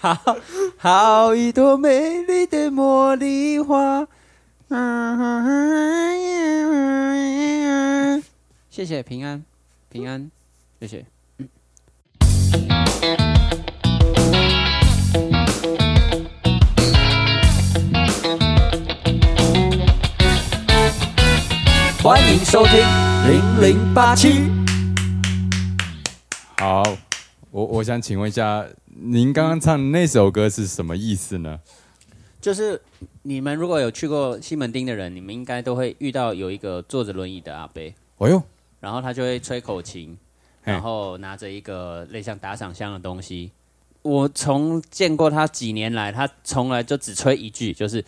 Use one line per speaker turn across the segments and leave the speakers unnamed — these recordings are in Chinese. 好好一朵美丽的茉莉花。谢谢平安，平安，谢谢。
欢迎收听零零八七。
好，我我想请问一下，您刚刚唱的那首歌是什么意思呢？
就是你们如果有去过西门町的人，你们应该都会遇到有一个坐着轮椅的阿伯，
哎呦，
然后他就会吹口琴，
嘿
然后拿着一个类像打赏箱的东西。我从见过他几年来，他从来就只吹一句，就是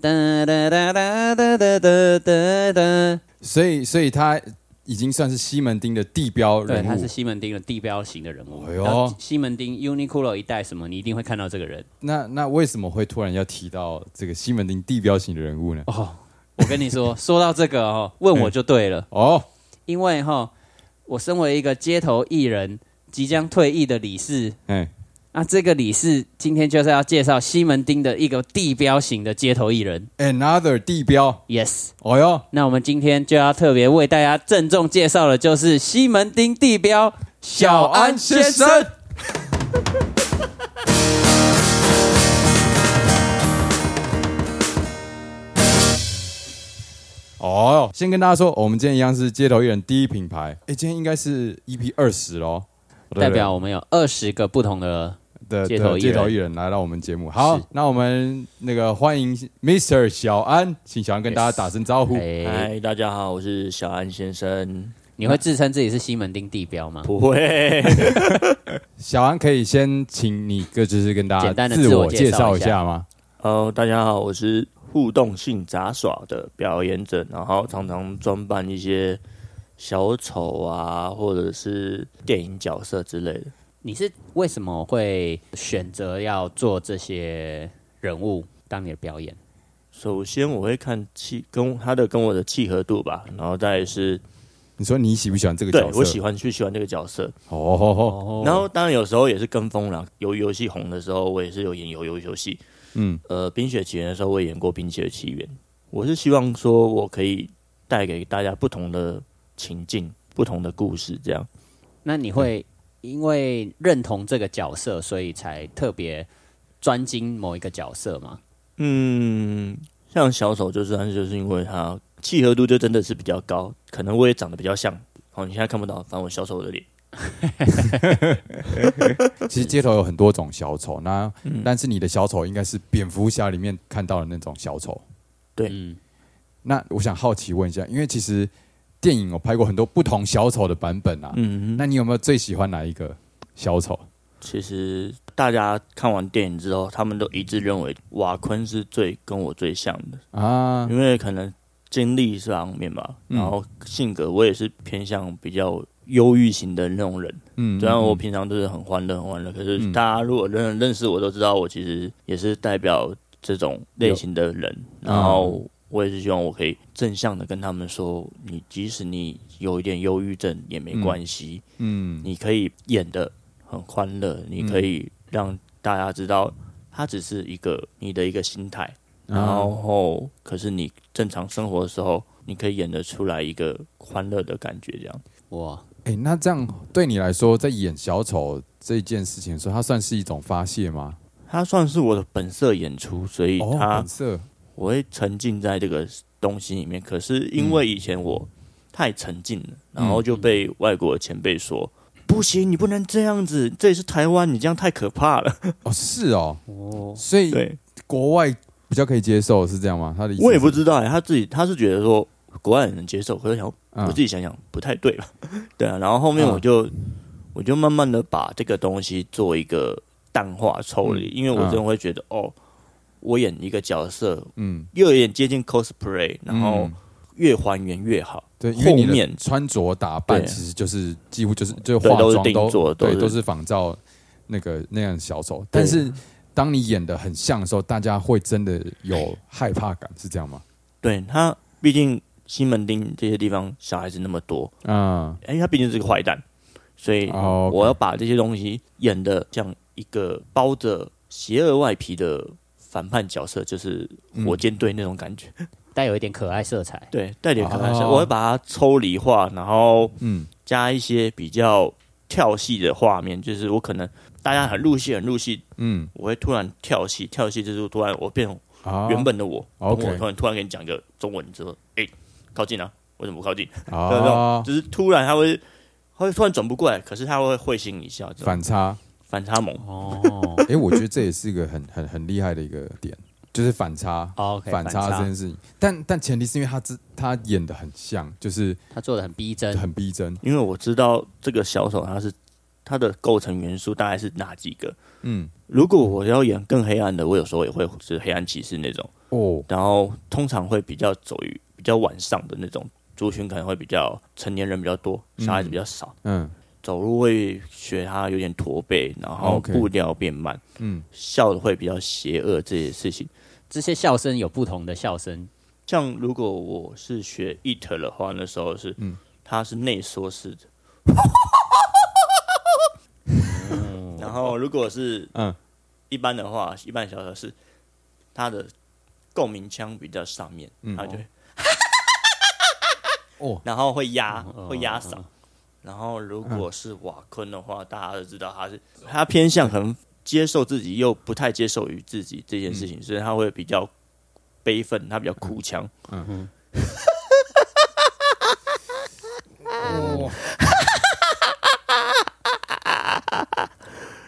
哒哒哒哒哒哒哒哒哒。
所以所以他已经算是西门町的地标
对，
人
他是
物。
西门町的地标型的人物。
哎
然
呦
后西门町 Uniqlo 一带什么，你一定会看到这个人。
那那为什么会突然要提到这个西门町地标型的人物呢？
哦，我跟你说，说到这个哦，问我就对了，
哦，
因为哈、我身为一个街头艺人，即将退役的理事，
哎，
那这个理事今天就是要介绍西门町的一个地标型的街头艺人。
Another 地标，
Yes，
哦哟，
那我们今天就要特别为大家郑重介绍的，就是西门町地标
小安先生。哦，先跟大家说，我们今天一样是街头艺人第一品牌。哎，今天应该是 EP 二十喽，
代表我们有二十个不同的
的
街头
的
艺人
街头艺人来到我们节目。好
是，
那我们那个欢迎 Mr. 小安，请小安跟大家打声招呼。
哎，
嗨，大家好，我是小安先生。
你会自称自己是西门町地标吗？
不 会，
小安可以先请你个就是跟大
简
家
单的自我
我介
绍
绍
一
一
下
下吗？
哦，大家好，我是互动性杂耍的表演者，然后常常装扮一些小丑啊，或者是电影角色之类的。
你是为什么会选择要做这些人物当你的表演？
首先我会看契跟他的跟我的契合度吧，然后再来是
你说你喜不喜欢这个
对
角色？
我喜欢去喜欢这个角色，
哦吼吼，
然后当然有时候也是跟风啦，游游戏红的时候，我也是有演游游游戏。
嗯，
呃，《冰雪奇缘》的时候，我也演过《冰雪奇缘》。我是希望说我可以带给大家不同的情境、不同的故事，这样。
那你
嗯
会因为认同这个角色，所以才特别专精某一个角色吗？
嗯，像小丑就是，但是就是因为他契合度就真的是比较高，可能我也长得比较像。哦，你现在看不到，反正我小丑的脸。
其实街头有很多种小丑，那
嗯
但是你的小丑应该是蝙蝠侠里面看到的那种小丑。
对
嗯，
那我想好奇问一下，因为其实电影我拍过很多不同小丑的版本啊，
嗯，
那你有没有最喜欢哪一个小丑？
其实大家看完电影之后，他们都一致认为瓦昆是最跟我最像的。
啊，
因为可能经历上面吧，
嗯
然后性格我也是偏向比较忧郁型的那种人。
嗯
虽然我
嗯
平常都是很欢乐、很欢乐，可是
嗯
大家如果认认识我，都知道我其实也是代表这种类型的人。
有嗯
然后我也是希望我可以正向的跟他们说，你即使你有一点忧郁症也没关系，
嗯
你可以演的很欢乐，你可以让大家知道，它只是一个你的一个心态。
嗯
然后，可是你正常生活的时候，你可以演得出来一个欢乐的感觉，这样。
哇，
哎、那这样对你来说，在演小丑这件事情的时候，它算是一种发泄吗？
它算是我的本色演出，所以
哦，
它
本色，
我会沉浸在这个东西里面。可是因为以前我
嗯
太沉浸了，然后就被外国前辈说。
嗯
不行，你不能这样子，这里是台湾，你这样太可怕了。
哦，是哦，所以
对
国外比较可以接受，是这样吗？他的意思是，
我也不知道、欸，他自己他是觉得说国外人能接受，可是想
嗯，
我自己想想不太对吧？ 对啊，然后后面我就、我就慢慢的把这个东西做一个淡化抽离，
嗯
因为我真的会觉得、哦，我演一个角色，
嗯，
又有点接近 cosplay，然后
嗯
越还原越好。
对，因为你
后
的
面
穿着打扮
对
其实就是几乎就是就是
对
化
都是
妆
定做
对
都是
都是仿照那个那样的小丑，但是当你演的很像的时候，大家会真的有害怕感，是这样吗？
对他，毕竟西门町这些地方小孩子那么多，
啊、
哎，他毕竟是个坏蛋，所以
哦，
我要把这些东西演的像一个包着邪恶外皮的反叛角色，就是火箭队那种感觉。
带有一点可爱色彩。
对，带点可爱色，
嗯哦
我会把它抽离化，然后
嗯，
加一些比较跳戏的画面，就是我可能大家很入戏，很入戏，
嗯，
我会突然跳戏，跳戏就是突然我变
啊，
原本的我，然后
OK
我突然突然给你讲一个中文，之后，哎、靠近啊，为什么不靠近？对不
啊
对？，就是突然他会，他会突然转不过来，可是他会会心一笑，这种
反差，
反差萌，
哦
哎，我觉得这也是一个很很很厉害的一个点，就是反差。
，OK，
哦反差这件事情，但但前提是因为他知他演的很像，就是
他做的很逼真，
很逼真，
因为我知道这个小丑他是他的构成元素大概是哪几个。
嗯，
如果我要演更黑暗的，我有时候也会是黑暗骑士那种，
哦，
然后通常会比较走于比较晚上的那种族群，可能会比较成年人比较多，小孩子比较少，
嗯
走路会学他有点驼背，然后
OK
步调变慢，
嗯，
笑的会比较邪恶这些事情。
这些笑声有不同的笑声，
像如果我是学 it 的话，那时候是，
嗯
它是内缩式的。然后如果是
哦嗯
一般的话，一般小丑是它的共鸣腔比较上面，
嗯
它就会，
哦，
然后会压
嗯
会压嗓
嗯。
然后如果是瓦昆的话，大家都知道他是他偏向可能接受自己又不太接受于自己这件事
嗯
情，所以他会比较悲愤，他比较哭腔。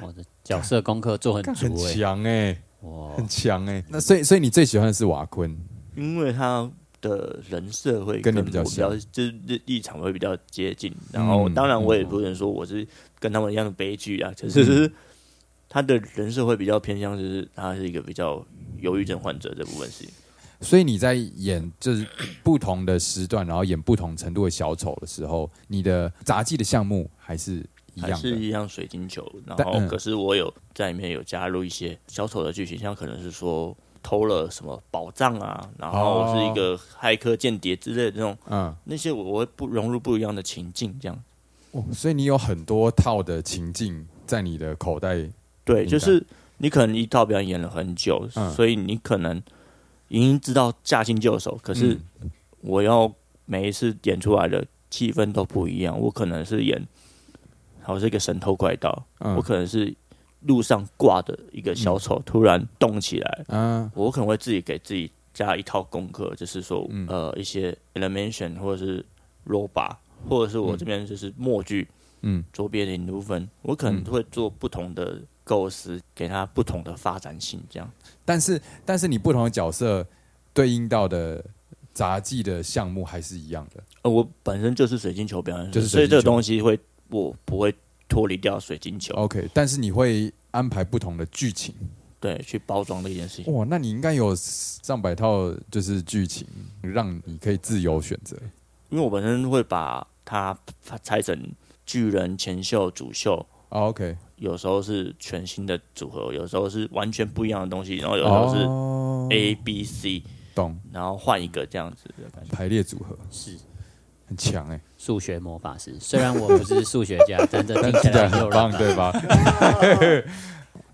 我的角色功课做很
很
足哎、
强哎，
哇，
很强哎。那所以所以你最喜欢的是瓦昆，
因为他的人设会
跟你
我
比
比
较
较
像嗯
就是立立场会比较接近。然后，当然我也不能说我是跟他们一样的悲剧啊，就是、就是他的人设会比较偏向，就是他是一个比较忧郁症患者这部分事情。
所以你在演就是不同的时段，然后演不同程度的小丑的时候，你的杂技的项目还是一
还
样
是
的。
一样水晶球，然
但
后
嗯
可是我有在里面有加入一些小丑的剧情，像可能是说偷了什么宝藏啊，然后是一个骇客间谍之类的这种，
哦嗯，
那些我我会不融入不一样的情境，这样
哦，所以你有很多套的情境在你的口袋。
对，
明白
就是你可能一套表演演了很久，
嗯
所以你可能已经知道驾轻就熟，可是
嗯
我要每一次演出来的气氛都不一样，我可能是演好是一个神偷怪盗，
嗯
我可能是路上挂的一个小丑突然动起来，
嗯
我可能会自己给自己加一套功课，就是说、
嗯
呃一些 elimination 或者是 roba，或者是我这边就是默剧
嗯
卓别林部分，我可能
嗯
会做不同的构思，给它不同的发展性，这样
但是但是你不同的角色对应到的杂技的项目还是一样的。
呃，我本身就是水晶球表演者，
就是
所以
水晶
这
球
个东西会我不会脱离掉水晶球，
OK，但是你会安排不同的剧情。
对，去包装的一件事情。
哇，那你应该有上百套就是剧情，让你可以自由选择。
因为我本身会把它拆成巨人前秀、主秀，
哦 OK，
有时候是全新的组合，有时候是完全不一样的东西，然后有时候是
哦
A、B、C，
懂
然后换一个这样子的感觉。
排列组合
是
很强哎、
数学魔法师。虽然我不是数学家， 但 这听起
听起
来
来
很
很
诱
棒，
人。
对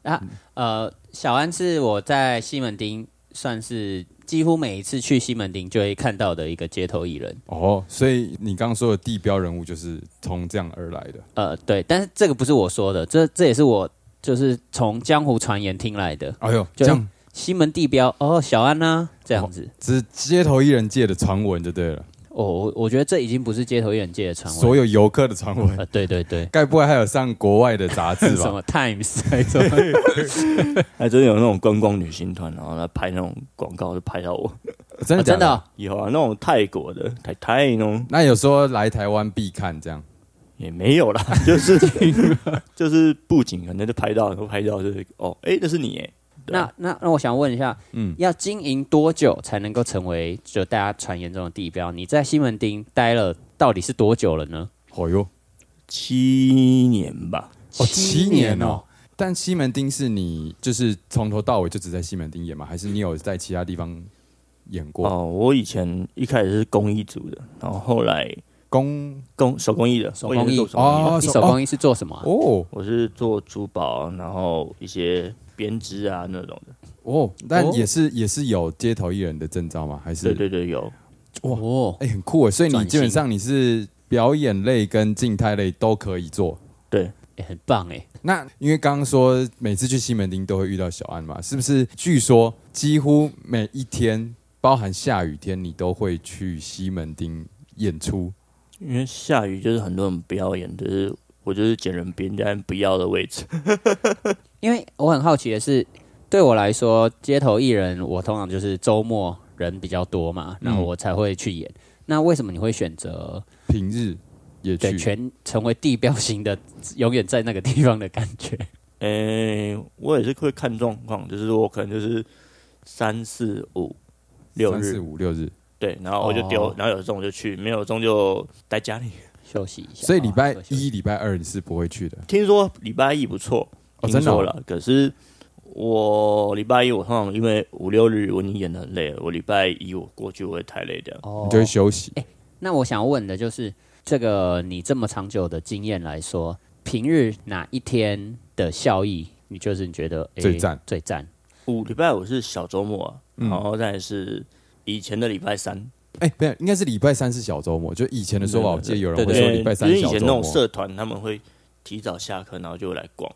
吧？
呃，小安是我在西门町算是几乎每一次去西门町就会看到的一个街头艺人。
哦，所以你刚刚说的地标人物就是从这样而来的。
呃，对，但是这个不是我说的，这这也是我就是从江湖传言听来的。
哎呦，
就
这样
西门地标哦，小安呐、这样子。
只是街头艺人界的传闻就对了，
哦，我我觉得这已经不是街头艺人界的传闻。
所有游客的传闻，
呃，对对 对，
该不会还有上国外的杂 志
什
吧？
么 Times 还是什么？
还哎真的有那种观光女星团，然后来拍那种广告，就拍到我。
真
哦
的假
真的
的？
哦
有啊，那种泰国的太太那种
那有说来台湾必看这样，
也没有啦， 就是就是布景可能就拍到，都拍到就是哦，哎、那是你哎、对
那
啊
那那我想问一下，
嗯
嗯，要经营多久才能够成为就大家传言中的地标？你在西门町待了到底是多久了呢？
哦哟，
七年吧，
哦七年哦。但西门町是你就是从头到尾就只在西门町演吗？还是你有在其他地方演过？
哦，我以前一开始是工艺组的，然后后来
工
工手工艺的，
手
我也是
工艺
做手工艺的
哦
你手工艺是做什么啊、
哦，
我是做珠宝，然后一些编织啊那种的。
哦，但
哦
也是也是有街头艺人的证照吗？还是
对对对，有
哦，
哎、很酷耶！所以你
转型
基本上你是表演类跟静态类都可以做。
对。
哎很棒哎，
那因为刚刚说每次去西门町都会遇到小安嘛，是不是？据说几乎每一天，包含下雨天，你都会去西门町演出。
因为下雨就是很多人不要演，就是我就是捡人别人不要的位置。
因为我很好奇的是，对我来说，街头艺人我通常就是周末人比较多嘛，然后我才会去演。那为什么你会选择
平日也
对
去，
全成为地标型的，永远在那个地方的感觉？
诶、我也是会看状况，就是我可能就是三四五六
三四
日，
五六日，
对，然后我就丢，
哦
然后有中就去，没有中就待 家里。
休息一下。
所以礼拜
哦休息
一、礼拜二你是不会去的。
听说礼拜一不错，
哦
听
真的哦
说了，可是我礼拜一我通常因为五六日我已经演的很累了，我礼拜一我过去我会太累的。
哦
你就会休息，
那我想问的就是，这个你这么长久的经验来说，平日哪一天的效益，你就是你觉得、诶
最赞
最赞？
五礼拜五是小周末啊，
嗯
然后再来是以前的礼拜三，
哎、不对，应该是礼拜三是小周末。就以前的说法，
对对
我记得有人
对
会
对
说
对
礼拜三
就是是以
小
前
周
那种
末。
社团，他们会提早下课，然后就来逛，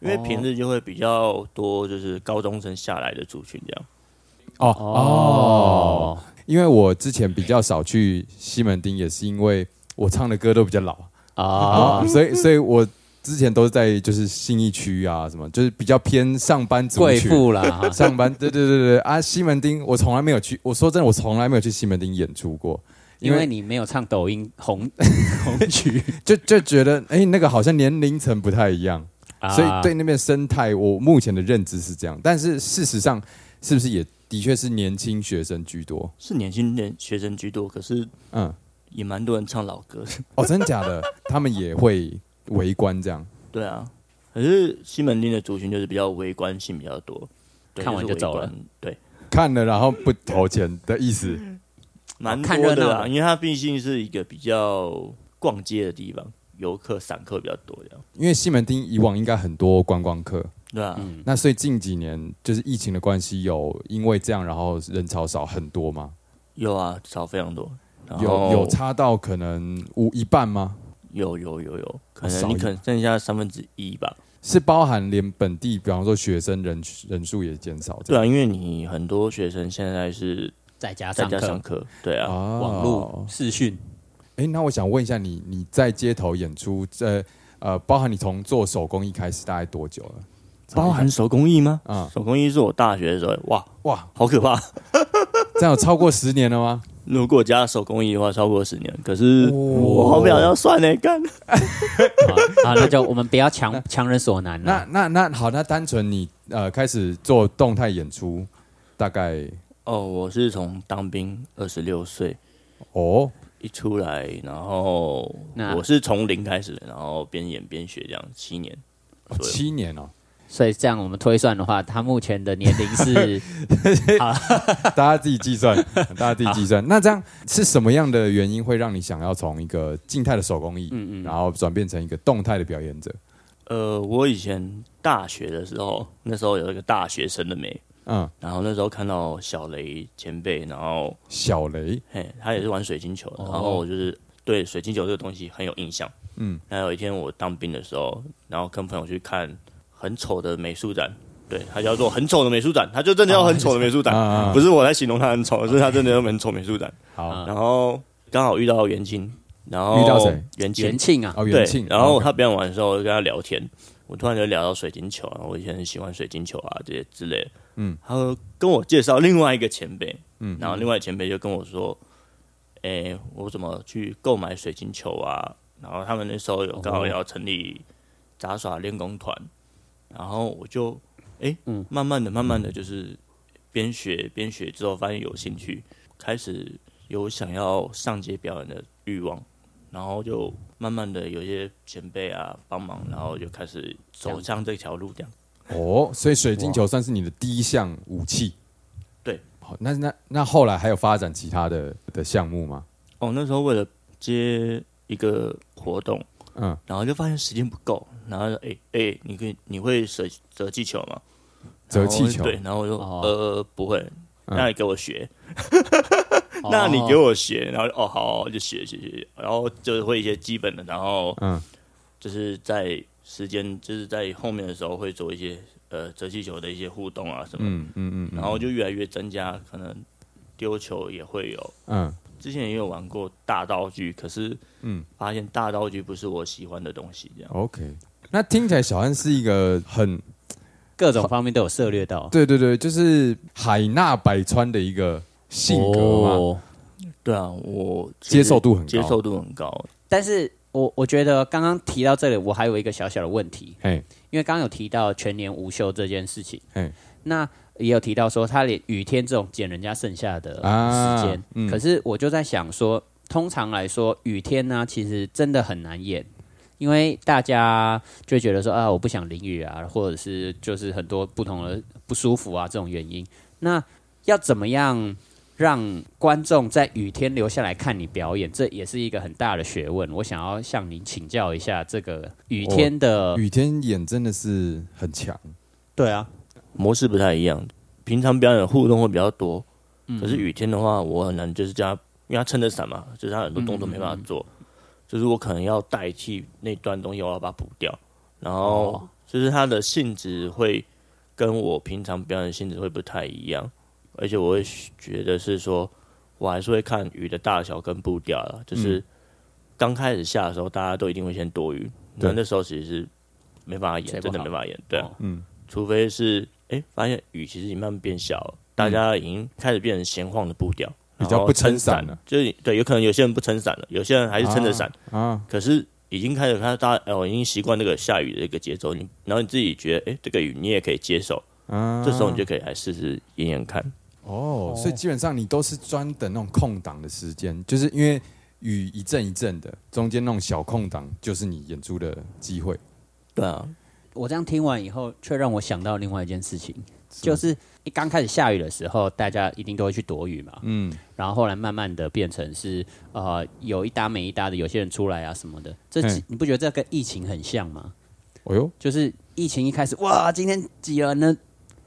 因为平日就会比较多，就是高中生下来的族群这样。
哦哦，因为我之前比较少去西门町，也是因为我唱的歌都比较老
啊，
啊，所以所以我之前都是在就是信义区啊，什么就是比较偏上班族
贵
群。
妇啦，哈
上班，对对对对啊！西门町，我从来没有去。我说真的，我从来没有去西门町演出过，因
因
为
为你没有唱抖音红红曲，
就就觉得，哎、那个好像年龄层不太一样，所以
啊
对那边生态，我目前的认知是这样。但是事实上，是不是也的确是年轻学生居多？
是年轻人学生居多，可是
嗯，
也蛮多人唱老歌。
哦，真假 的，他们也会围观这样。
对啊，可是西门町的族群就是比较围观性比较多，对
看完
是
就走
围观
了
对，
看了然后不投钱的意思。
蛮
看
多
热
的
闹
啦，
的
因为它毕竟是一个比较逛街的地方，游客散客比较多这样。
因为西门町以往应该很多观光客，
对啊，
那所以近几年就是疫情的关系，有因为这样然后人潮少很多吗？
有啊，少非常多。然
有
后
有差到可能五一半吗？
有有有有，可
少
能你
一
可能剩下三分之一吧。
是包含连本地，比方说学生人人数也减少这
对
样。
啊，因为你很多学生现在是
在家
在
上
家上
课、
课，对啊，
啊
网络视讯，
哎、那我想问一下你，你在街头演出，呃呃，包含你从做手工艺开始，大概多久了？
包含手工艺吗？
啊、
手工艺是我大学的时候，哇，
哇，
好可怕！
这样有超过十年了吗？
如果加手工艺的话，超过十年，可是
哦
我好不想要算呢，干。
好，啊好那就我们不要强 强人所难
那
了。
那那好，那单纯你呃开始做动态演出，大概
哦，我是从当兵二十六岁
哦，
一出来，然后
那
我是从零开始的，然后边演边学，这样七年。
哦
左右
七年哦，
所以这样我们推算的话，他目前的年龄 是
大家自己计算， 大家自己计算。那这样是什么样的原因会让你想要从一个静态的手工艺，
嗯
然后转变成一个动态的表演者？
呃，我以前大学的时候，那时候有一个大学生的妹，
嗯，
然后那时候看到小雷前辈，然后
小雷，
嘿，他也是玩水晶球
哦
的，然后我就是对水晶球这个东西很有印象。
嗯，
那有一天我当兵的时候，然后跟朋友去看很丑的美术展，对，它叫做很丑的美术展，它就真的叫很丑的美术展，
啊
不是我在形容它很丑，是它真的叫很丑美术展。
好，
然后刚好遇到袁青，然后
遇到谁？
袁
元
青，
庆 啊，
哦，
对
元庆，，
然后
OK
他表演完的时候，我就跟他聊天，我突然就聊到水晶球啊，我以前很喜欢水晶球啊这些之类的。
嗯，
他就跟我介绍另外一个前辈，
嗯
嗯，然后另外前辈就跟我说，诶，我怎么去购买水晶球啊？然后他们那时候有刚好要成立杂耍练功团，然后我就诶，
嗯
慢慢的、慢慢的就是边学边学之后，发现有兴趣，开始有想要上街表演的欲望，然后就慢慢的有一些前辈啊帮忙，然后就开始走上这条路这样。
哦，所以水晶球算是你的第一项武器。
对，
好，那那那后来还有发展其他的的项目吗？
哦，那时候为了接一个活动，
嗯
然后就发现时间不够，然后就哎哎、欸你可以你会折折气球吗？
折气
然后
球，
对，然后我就
哦
呃不会，
嗯
那你给我学，那你给
哦
我学，然后就哦好就学学学，学然后就会一些基本的，然后
嗯，
就是在时间就是在后面的时候会做一些呃折气球的一些互动啊什么，
嗯嗯嗯，嗯
然后就越来越增加，可能丢球也会有。
嗯
之前也有玩过大道具，可是
嗯
发现大道具不是我喜欢的东西，这样。
，OK。那听起来小安是一个很
各种方面都有涉猎到
对对对，就是海纳百川的一个性格嘛。
哦
对啊，我其
接
实
受度很高
接受度很高。
但是我我觉得刚刚提到这里，我还有一个小小的问题，
嘿，
因为刚刚有提到全年无休这件事情
嘿，
那也有提到说他连雨天这种捡人家剩下的
啊
时间，
嗯
可是我就在想说，通常来说雨天呢、其实真的很难演。因为大家就会觉得说啊，我不想淋雨啊，或者是就是很多不同的不舒服啊这种原因。那要怎么样让观众在雨天留下来看你表演？这也是一个很大的学问。我想要向您请教一下这个雨天的、
哦雨天演真的是很强，
对啊，
模式不太一样，平常表演互动会比较多，
嗯
可是雨天的话，我很难就是这样，因为他撑着伞嘛，就是他很多动作没办法
嗯
做，就是我可能要代替那段东西，我要把它补掉，然后
哦
就是它的性质会跟我平常表演的性质会不太一样，而且我会觉得是说，我还是会看雨的大小跟步调了，就是
嗯
刚开始下的时候，大家都一定会先多雨，
对
那那时候其实是没办法演，
吹不
真的
好
没办法演，对啊
哦。
嗯，
除非是哎、诶发现雨其实已经慢慢变小了，大家已经开始变成闲晃的步调，
嗯比较
然后
不撑伞
伞
了，
就是对，有可能有些人不撑伞了，有些人还是撑着伞，
啊，
可是已经开始看到大家哦，已经习惯这个下雨的一个节奏，你然后你自己觉得哎、诶这个雨你也可以接受，
啊
这时候你就可以来试试演演看。
哦，所以基本上你都是专等那种空档的时间，就是因为雨一阵一阵的，中间那种小空档就是你演出的机会。
对啊，
我这样听完以后，却让我想到另外一件事情，就是一刚开始下雨的时候，大家一定都会去躲雨嘛，
嗯，
然后后来慢慢的变成是呃有一搭没一搭的，有些人出来啊什么的，这
嗯
你不觉得这跟疫情很像吗？
哦哟，
就是疫情一开始，哇，今天几人呢？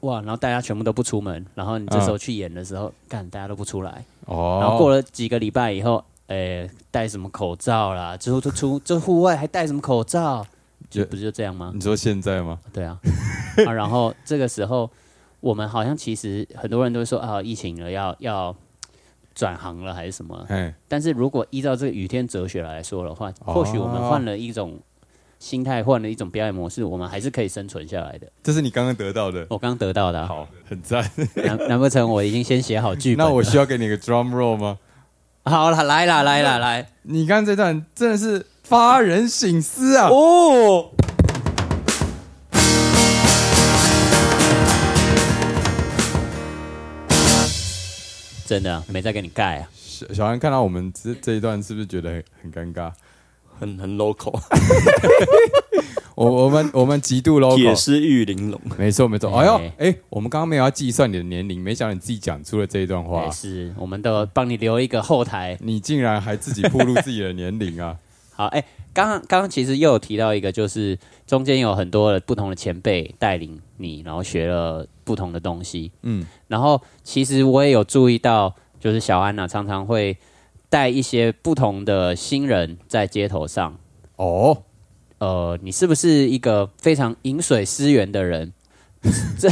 哇，然后大家全部都不出门，然后你这时候去演的时候，干、大家都不出来，
哦，
然后过了几个礼拜以后，诶、戴什么口罩啦，之后就出 这户外还戴什么口罩，就
也
不就这样吗？
你说现在吗？
对啊，啊，然后这个时候我们好像其实很多人都会说啊，疫情了要要转行了还是什么，
嘿，
但是如果依照这个雨天哲学来说的话，
哦
或许我们换了一种心态，换了一种表演模式，我们还是可以生存下来的。
这是你刚刚得到的，
我刚得到的、啊，
好，很 赞。
难难不成我已经先写好剧本
那
了？
我需要给你一个 drum roll 吗？
好了，来啦，来啦，来
你刚刚这段真的是发人省思啊！
哦！真的啊没在跟你盖啊！
小小安看到我们这这一段，是不是觉得很很尴尬？
很很 local，
我我们我们极度
铁
local，
丝玉玲珑，
没错没错。哎呦，
哎
哎、我们刚刚没有要计算你的年龄，没想到你自己讲出了这一段话
没，事，我们都帮你留一个后台。
你竟然还自己暴露自己的年龄啊！
好，哎、刚刚刚刚其实又有提到一个，就是中间有很多的不同的前辈带领你，然后学了不同的东西。
嗯，
然后其实我也有注意到，就是小安呐、啊常常会带一些不同的新人在街头上。
哦，
呃，你是不是一个非常饮水思源的人？ 这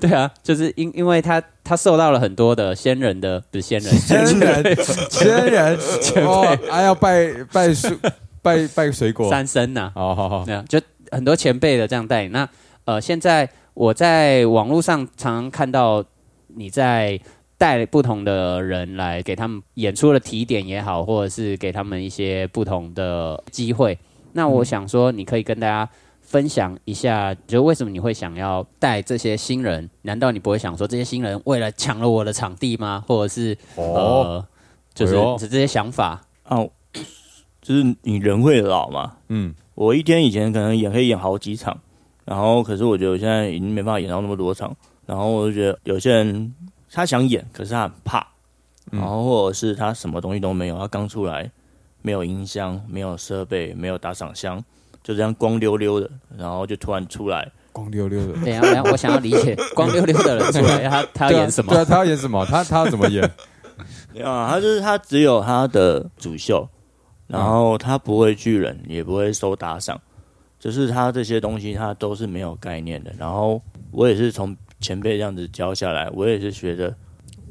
对啊，就是因因为他他受到了很多的先人的不是先人
千人千人前辈，还要拜拜树 拜拜水果，
三生呐、
好好好，
对啊，就很多前辈的这样带领。那呃，现在我在网络上常常看到你在带不同的人来给他们演出的提点也好，或者是给他们一些不同的机会。那
嗯
我想说，你可以跟大家分享一下，就为什么你会想要带这些新人？难道你不会想说，这些新人为了抢了我的场地吗？或者是、
哦，
呃，就是
哎呦
这些想法？
啊，就是你人会老嘛，
嗯，
我一天以前可能演可以演好几场，然后可是我觉得我现在已经没办法演到那么多场，然后我就觉得有些人他想演，可是他很怕，然后或者是他什么东西都没有，他刚出来没有音箱，没有设备，没有打赏箱，就这样光溜溜的，然后就突然出来，
光溜溜的。
等一下，等一啊下，我想要理 解光溜溜的人出来，他他要
对啊
演什么
对？啊，他要演什么？他他要怎么演？
没有啊，他就是他只有他的主秀，然后他不会拒人，也不会收打赏，就是他这些东西他都是没有概念的。然后我也是从前辈这样子教下来，我也是学着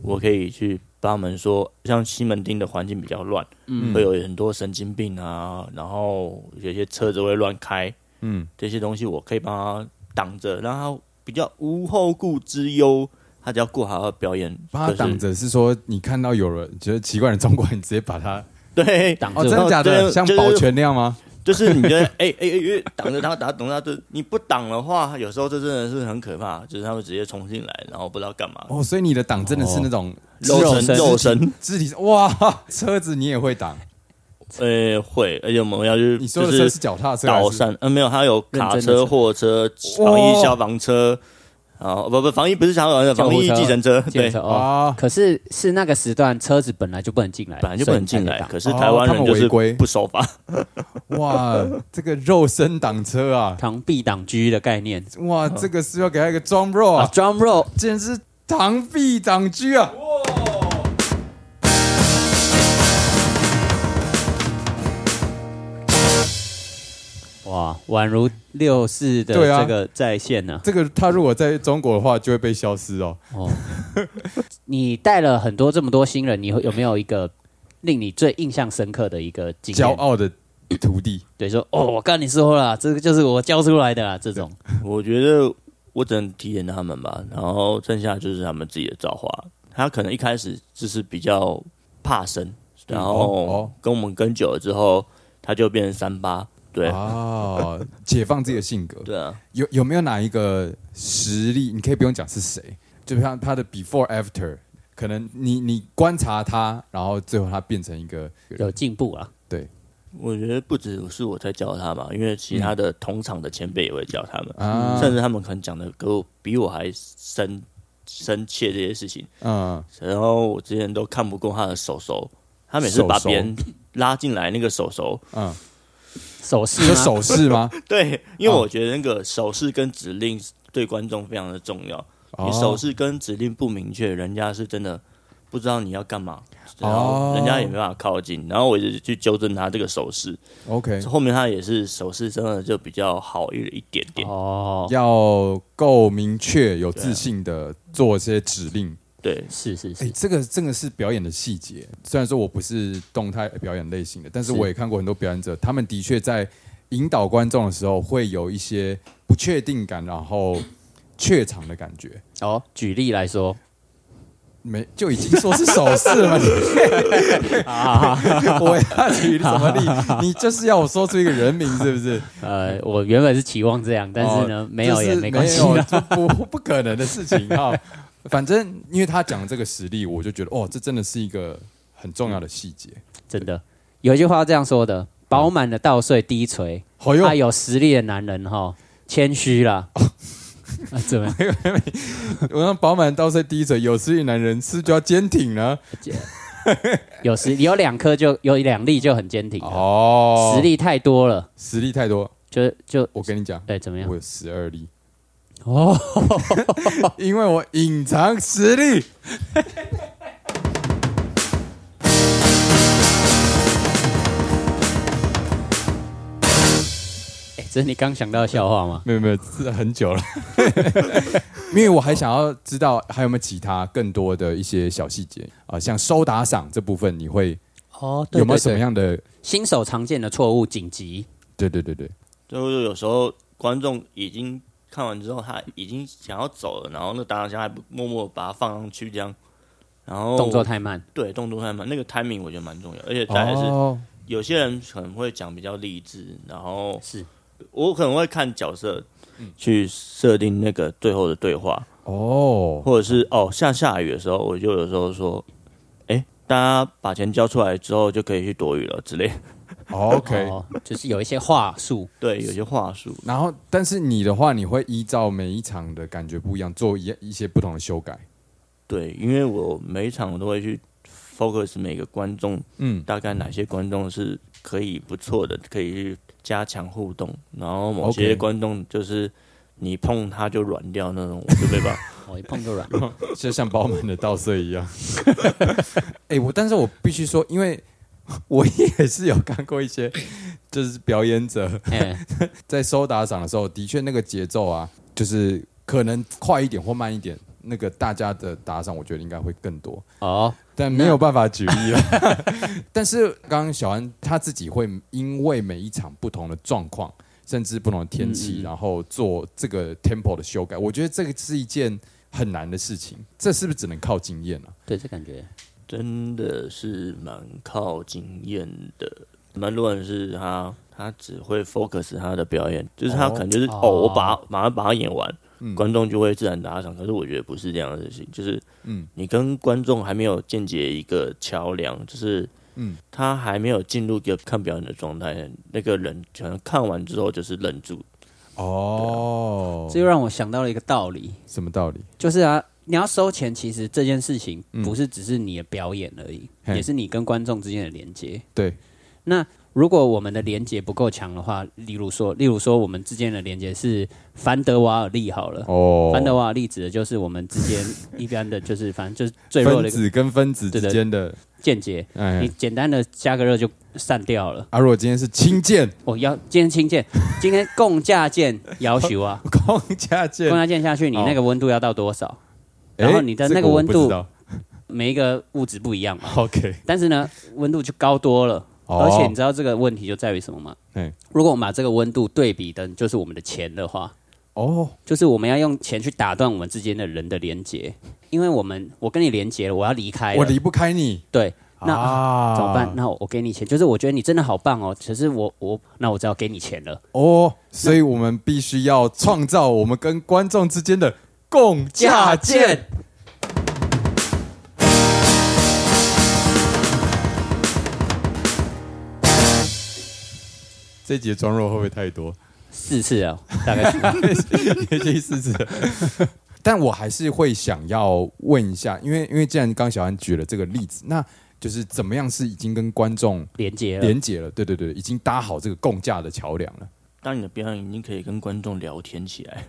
我可以去帮他们说，像西门町的环境比较乱，
嗯
会有很多神经病啊，然后有些车子会乱开，
嗯，
这些东西我可以帮他挡着，让他比较无后顾之忧。他只要过好他的表演，
帮他
就是
挡着是说，你看到有人觉得奇怪的状况，你直接把他
对
挡
哦，
这
真的假
对
的？
就
像
是
保全那样吗？
就是你觉得 哎哎哎哎挡着他， 挡挡着他，就你不挡的话，有时候这真的是很可怕，就是他们直接冲进来，然后不知道干嘛，
哦，所以你的挡真的是那种
肉
身
身肉身，
肢体哇，车子你也会挡？
呃会，而且我们要去
你说
就
的车
是
是脚踏车还
导
是？
散，呃没有，他有卡
认真的车
车、货车、
哇
防疫消防车，啊不不，防疫不是消防车，
救护
防
车
疫计程车，对
建，设哦。
啊，
可是是那个时段车子本来就不能进来，
本来就不能进
所以
来，
你才可以
可是台湾
哦他
人
们
就是
违规
不守法，
哇，这个肉身挡车啊
挡，螳臂挡车的概念
哇，这个是要给他一个 drum roll
啊
啊，
，drum roll，
简直是螳臂挡车啊！
哇，宛如六四的
对啊
这个在线 呢。
这个他如果在中国的话，就会被消失哦。
哦，你带了很多这么多新人，你会有没有一个令你最印象深刻的一个经
骄
验？
傲的徒弟，
对，说哦，我跟你说了，这个就是我教出来的啦，这种
我觉得我只能体验他们吧，然后剩下就是他们自己的造化。他可能一开始就是比较怕生，然
哦
后
哦
跟我们跟久了之后，他就变成三八，对、
哦，解放自己的性格。
对啊，
有有没有哪一个实例？你可以不用讲是谁，就像他的 before after，可能你你观察他，然后最后他变成一个
有进步啊。
我觉得不只是我在教他嘛，因为其他的同场的前辈也会教他们，
啊
甚至他们可能讲的跟我比我还深深切这些事情。
嗯
然后我之前都看不过他的手手，他每次把
手手
别人拉进来那个手手，
嗯，
手势
你说
吗？
手势吗？
对，因为
哦
我觉得那个手势跟指令对观众非常的重要。
哦
你手势跟指令不明确，人家是真的不知道你要干嘛，然
哦
后人家也没办法靠近。然后我一直去纠正他这个手势，
OK，
后面他也是手势真的就比较好一一点点。
哦，
要够明确、有自信的做一些指令。
对，
是是
哎、
是，
这个真的是表演的细节。虽然说我不是动态表演类型的，但是
是
我也看过很多表演者，他们的确在引导观众的时候会有一些不确定感，然后怯场的感觉。
哦，举例来说，
没就已经说是手势了嘛？你 我要举什么例？你就是要我说出一个人名，是不是？
呃，我原本是期望这样，但是呢，
哦
没有
就
也
是
没关系
没有
啦。
就不不可能的事情哈。反正因为他讲这个实例，我就觉得哦，这真的是一个很重要的细节。
真的，有一句话这样说
嗯
的：饱满的稻穗低垂，
好
他、
用，
有实力的男人哈，谦虚啦。
哦
啊，怎么样？
我让饱满稻穗滴水，有实力男人是不是就要坚挺呢？
有实有两颗就有两粒就很坚挺了，
哦，
实力太多了，
实力太多，
就就
我跟你讲，
对怎么样
我？有十二例，
哦，
因为我隐藏实力。
诶哎这是你刚想到的笑话吗？
没有没有，是很久了。因为我还想要知道还有没有其他更多的一些小细节啊、像收打赏这部分，你会
哦，
有没有什么样的？
新手常见的错误？紧急
对对对对，
就是有时候观众已经看完之后，他已经想要走了，然后那打赏箱还不默默把它放上去，这样，然后
哦
动作太慢，
对动作太慢，那个 timing 我觉得蛮重要，而且再来是。
哦
有些人可能会讲比较励志，然后
是
我可能会看角色去设定那个最后的对话，
哦
或者是哦下下雨的时候，我就有时候说，哎、大家把钱交出来之后就可以去躲雨了之类的。
，OK。
哦，就是有一些话术，
对，有些话术，
然后，但是你的话，你会依照每一场的感觉不一样，做一一些不同的修改。
对，因为我每一场我都会去 focus 每个观众，
嗯，
大概哪些观众是可以不错的，可以去加强互动，然后某
OK
些观众就是你碰它就软掉那种，我就没办法。
我哦一碰就 软。
就像饱满的稻穗一样。 哎、我但是我必须说，因为我也是有看过一些，就是表演者
哎，
在收打赏的时候，的确那个节奏啊，就是可能快一点或慢一点，那个大家的打赏，我觉得应该会更多。
哦，
但没有办法举例了。 但是刚刚小安他自己会因为每一场不同的状况，甚至不同的天气，
嗯嗯
然后做这个 tempo 的修改。我觉得这个是一件很难的事情，这是不是只能靠经验啊？
对，这感觉
真的是蛮靠经验的。蛮多人是他，他只会 focus 他的表演，就是他
哦
可能就是
哦
哦，我把马上把它演完，
嗯
观众就会自然打赏。可是我觉得不是这样的事情，就是
嗯
嗯，你跟观众还没有建结一个桥梁，就是
嗯
嗯，他还没有进入一个看表演的状态，那个人可能看完之后就是愣住。
啊
哦，
这又让我想到了一个道理，
什么道理？
就是啊，你要收钱，其实这件事情
嗯
不是只是你的表演而已，
嘿
也是你跟观众之间的连接。
对，
那如果我们的连接不够强的话，例如说，例如说我们之间的连接是凡德瓦尔利好了，
哦，
凡德瓦尔利指的就是我们之间一般的就是反正就是最弱的
分
一个
子跟分子之
对的
间的，
间接，你
哎，
简单的加个热就散掉了。
啊，如果今天是氢 键、
我、要今天氢键，今天共价键要求 啊，
框架键
共，价键下去，你那
哦
个温度要到多少？啊
哎
然后你的
这
那
个
个
我
温
不知
度
道
每一个物质不一样嘛，
，OK，
但是呢，温度就高多了。
哦
而且你知道这个问题就在于什么吗
嘿？
如果我们把这个温度对比的，就是我们的钱的话，
哦，
就是我们要用钱去打断我们之间的人的连接，因为我们我跟你连接了，我要离开了，
我离不开你，
对，那、
啊
怎么办？那我我给你钱，就是我觉得你真的好棒哦，可是我我那我只好给你钱了，
哦，所以我们必须要创造我们跟观众之间的共价键。这一集的装肉会不会 太多？
四次啊，大概是
第 四次，但我还是会想要问一下，因为因为既然刚小安举了这个例子，那就是怎么样是已经跟观众
连接了，
连结了？对对对，已经搭好这个共价的桥梁了。
当你的表演已经可以跟观众聊天起来，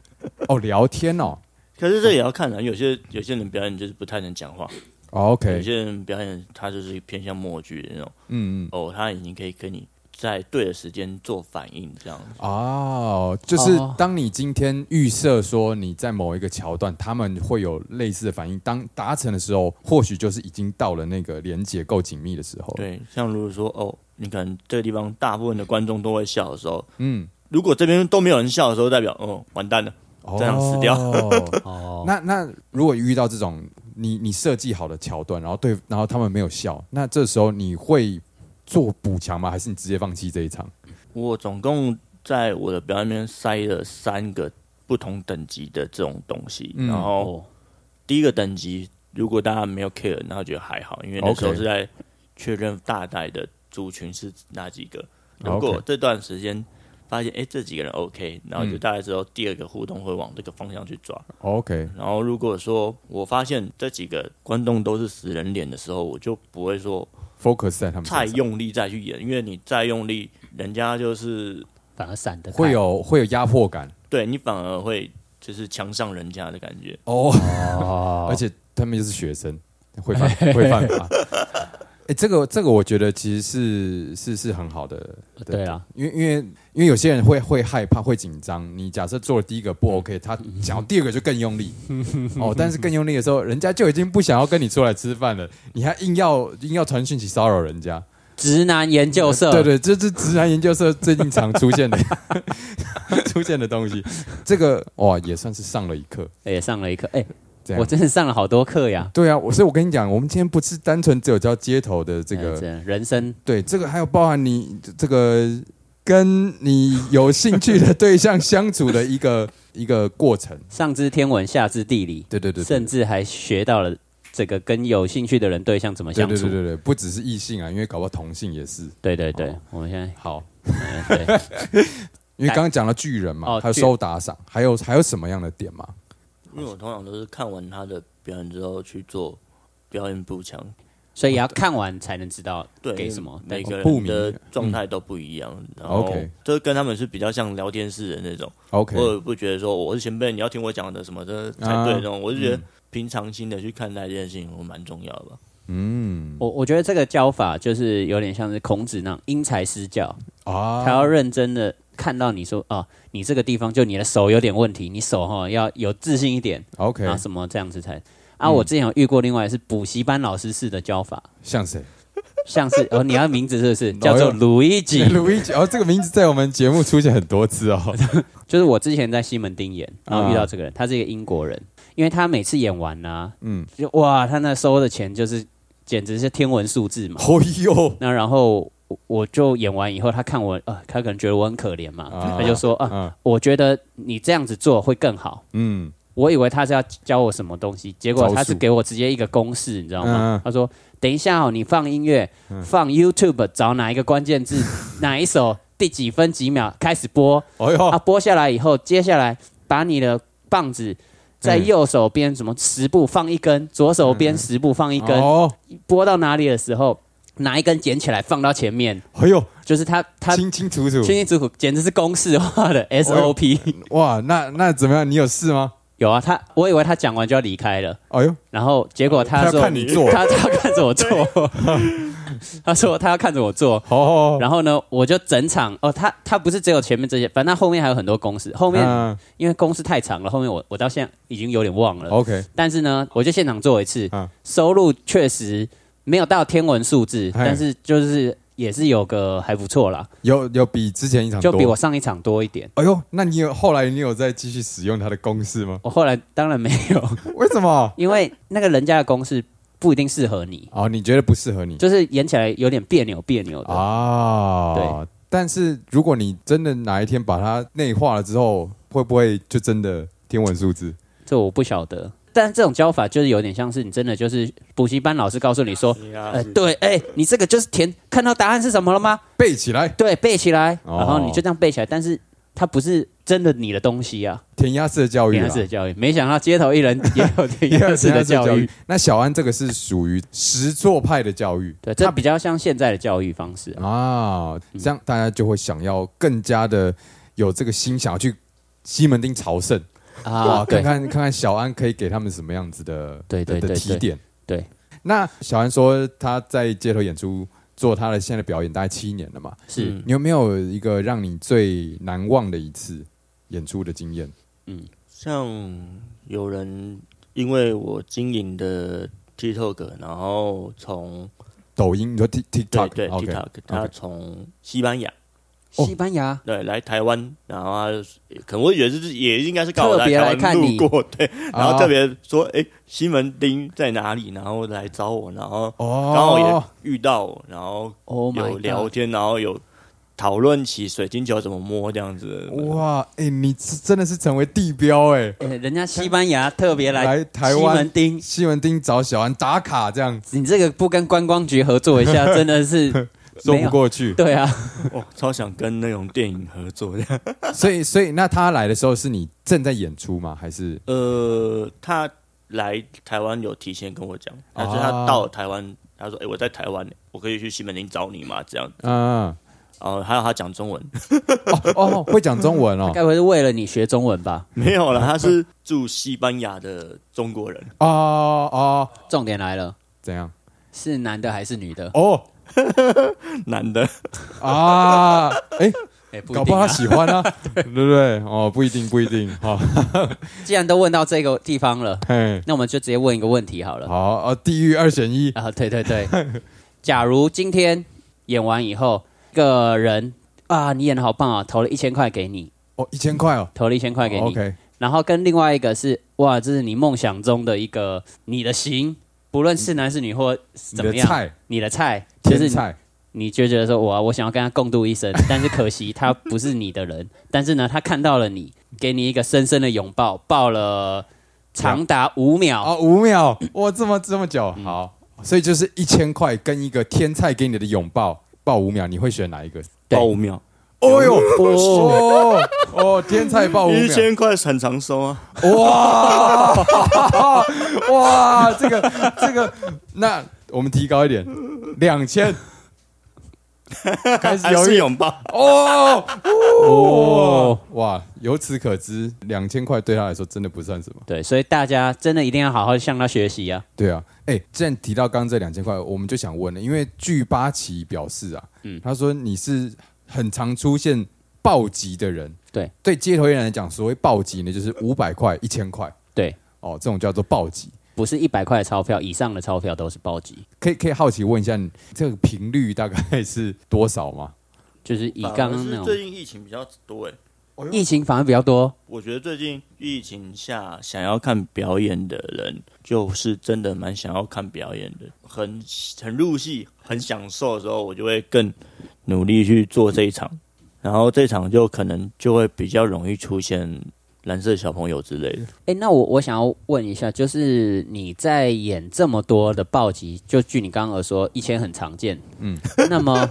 哦，聊天哦
可是这也要看啊，有些有些人表演就是不太能讲话，
哦
有
，OK，
些人表演他就是偏向默剧的那种，
嗯嗯，
哦，他已经可以跟你在对的时间做反应，这样
哦，就是
哦
当你今天预设说你在某一个桥段，他们会有类似的反应，当达成的时候，或许就是已经到了那个连接够紧密的时候。，
对。像如果说哦，你可能这个地方大部分的观众都会笑的时候，
嗯，
如果这边都没有人笑的时候，代表哦完蛋了，这样死掉
哦
哦，
那那如果遇到这种你你设计好的桥段，然后对，然后他们没有笑，那这时候你会做补强吗？还是你直接放弃这一场？
我总共在我的表演里面塞了三个不同等级的这种东西，
嗯
然后
哦，
第一个等级，如果大家没有 care，那我觉得还好，因为那时候
OK
是在确认大概的族群是哪几个。
OK
如果这段时间发现哎、诶这几个人 OK，然后就
嗯
大概知道第二个互动会往这个方向去抓。
OK，
然后如果说我发现这几个观众都是死人脸的时候，我就不会说
focus 在他们身
太
上
用力再去演，因为你再用力，人家就是
反而散的
会有会有压迫感
对你反而会就是强上人家的感觉。
哦，
哦，
而且他们又是学生，会犯会犯法。哎、这个这个我觉得其实是是是很好的，
对啊，
因为因为因为有些人会会害怕会紧张，你假设做了第一个不 OK，他想要第二个就更用力，哦，但是更用力的时候，人家就已经不想要跟你出来吃饭了，你还硬要硬要传讯息骚扰人家，
直男研究社，
对对，这是直男研究社最近常出现的 出现的东西，这个哇也算是上了一课，
哎，也上了一课，哎，
这样
我真的上了好多课呀，
对啊，我所以我跟你讲，我们今天不是单纯只有教街头的这个
哎真的人生
对，这个还有包含你这个跟你有兴趣的对象相处的一个 一个过程。
上知天文，下知地理，
对对对，对
甚至还学到了这个跟有兴趣的人对象怎么
对
相
对
处
对。对对，不只是异性啊，因为搞不好同性也是。
对对对
哦，
我们现在
好，
呃对
因为刚刚讲了巨人嘛，
哦
还有收打赏，还有还有什么样的点吗？
因为我通常都是看完他的表演之后去做表演步枪，
所以也要看完才能知道
对，
给什么。
每个
不
人
迷
的状态都不一样。然后
OK
就是跟他们是比较像聊天室的那种，
OK，
我也不觉得说我是前辈，你要听我讲的什么的才
啊
对那种。我是觉得平常心的去看待这件事情，我蛮重要的吧。
嗯
我我觉得这个教法就是有点像是孔子那样因材施教，
啊，
他要认真的看到你说啊，你这个地方就你的手有点问题，你手哈要有自信一点
OK，
啊，什么这样子才。
嗯
啊，我之前有遇过另外是补习班老师式的教法，
像谁？
像是哦，你要名字是不 是叫做鲁伊吉？
鲁伊吉哦，这个名字在我们节目出现很多 次哦。
就是我之前在西门町演，
啊
然后遇到这个人，他是一个英国人，因为他每次演完呢、
嗯，
就哇，他那收的钱就是简直是天文数字嘛。
哦哟，
那然后我我就演完以后，他看我，呃，他可能觉得我很可怜嘛，
啊
他就说啊，
啊，
我觉得你这样子做会更好。
嗯，
我以为他是要教我什么东西，结果
招数
他是给我直接一个公式，你知道吗？
嗯
他说：“等一下哦，你放音乐，放 YouTube，找哪一个关键字， 哪一首，第几分几秒开始播，
哦
啊，
哟，
播下来以后，接下来把你的棒子在
嗯
右手边什么十步放一根，左手边十步放一根，
哦，
播到哪里的时候，拿一根捡起来放到前面，
哎呦，
就是他他清
清清楚楚。
清楚楚，简直是公式化 的 SOP。
哇，那那怎么样？你有事吗？
有啊，他我以为他讲完就要离开了，
哎呦，
然后结果
他
他
要
说
看你做
他他要看着我 做， 他说他要看着我做。
好好好，
然后呢，我就整场哦，他他不是只有前面这些，反正他后面还有很多公式。后面、
嗯
因为公式太长了，后面我我到现在已经有点忘了。
，OK，
但是呢，我就现场做一次，
嗯
收入确实没有到天文数字，
嘿
但是就是也是有个还不错啦，
有有比之前一场
就
多
比我。上一场多一点。
哎呦，那你有后来你有再继续使用它的公式吗？
我后来当然没有，
为什么？
因为那个人家的公式不一定适合你，
哦，你觉得不适合你
就是演起来有点别扭别扭的。
啊？
对。
但是如果你真的哪一天把它内化了之后，会不会就真的天文数字？
这我不晓得。但这种教法就是有点像是你真的就是补习班老师告诉你说，呃，对，哎、你这个就是填，看到答案是什么了吗？
背起来，
对，背起来，
哦
然后你就这样背起来，但是它不是真的你的东西啊，
填鸭式的教育
填
啊
鸭，式的教育。没想到街头艺人也有 填
填
鸭
鸭
式
式
的
的
教
教
育
育，。 那小安这个是属于实作派的教育，
对，
他
这比较像现在的教育方式啊、
啊，这样大家就会想要更加的有这个心，想要去西门町朝圣
啊
啊，看
对
看看看小安可以给他们什么样子的
对对
的的
对
提点。
对，
那小安说他在街头演出做他的现在的表演大概七年了嘛，
是。
嗯
你有没有一个让你最难忘的一次演出的经验？
像有人因为我经营的 TikTok，然后从
抖音你说 Tik
对
TikTok
对
OK
TikTok，他从西班牙
哦
西班牙
对来台湾，然后他就是可能我觉得是也应该是刚好
特
在
别
台
来看
湾路
你
过，对，然后
啊
特别说哎、西门町在哪里，然后来找我，然后
哦，
刚好也遇到我，然后
，Oh
有
my
聊
god！
天，然后有讨论起水晶球怎么摸这样子。
Oh
哇，哎、你真的是成为地标哎、
哎人家西班牙特别来
来台
西
湾
门町，
西门町找小安打卡这样
你这个不跟观光局合作一 下，真的是
说
没
不
有
过去，
对啊，
哦，超想跟那种电影合作的。
所以所以那他来的时候是你正在演出吗？还是
呃，他来台湾有提前跟我讲，但是他
啊
到台湾，他说：“哎、我在台湾，我可以去西门町找你嘛？”这样，
嗯
然后还有他讲中文，
哦哦会讲中 文哦
该不会是为了你学中文吧？
没有了，他是住西班牙的中国人，
哦哦
重点来了，
怎样
是男的还是女的？
哦
男的。
啊哎、
哎，不一
搞不
定
好
啊
他。喜欢啊 对不对哦不一定不一定好、
既然都问到这个地方了，
嘿
那我们就直接问一个问题好了。
好哦地狱二选一
啊，对对对，假如今天演完以后，一个人啊，你演的好棒啊，投了一千块给你，
哦一千块哦
投了一千块给你，
OK
然后跟另外一个是哇，这是你梦想中的一个你的型，不论是男是女或是
你
怎么
的
样，
菜
你的菜就是
天
你
菜
你就觉得说哇，我想要跟他共度一生， 但是可惜他不是你的人。但是呢，他看到了你，给你一个深深的拥抱，抱了长达五秒。
哦五秒哇这么这么久
嗯
好，所以就是一千块跟一个天菜给你的拥抱抱五秒，你会选哪一个？
对
爆秒，
哦呦，哦哦，天才爆五
一
秒，
千块很常收啊。
哇哇，这个这个，那我们提高一点，两千，开始
还
犹
是
豫
拥抱，
哦
哦
哦，哇！由此可知，两千块对他来说真的不算什么。
对，所以大家真的一定要好好向他学习啊。
对啊，哎、既然提到刚刚这两千块，我们就想问了，因为据八旗表示啊，他说你是很常出现暴击的人，
对，
对街头艺人来讲，所谓暴击呢，就是五百块、一千块，
对，
哦，这种叫做暴击。
不是一百块的钞票以上的钞票都是暴击，
可以可以好奇问一下，你这个频率大概是多少吗？
就是以
反而
刚刚
是
那
最
种
近疫情比较多哎，
疫情反而比较多。
我觉得最近疫情下，想要看表演的人，就是真的蛮想要看表演的，很很入戏，很享受的时候，我就会更努力去做这一场，然后这场就可能就会比较容易出现蓝色小朋友之类的。
哎、那我我想要问一下，就是你在演这么多的暴击，就据你刚刚而说，一千很常见，嗯， 那么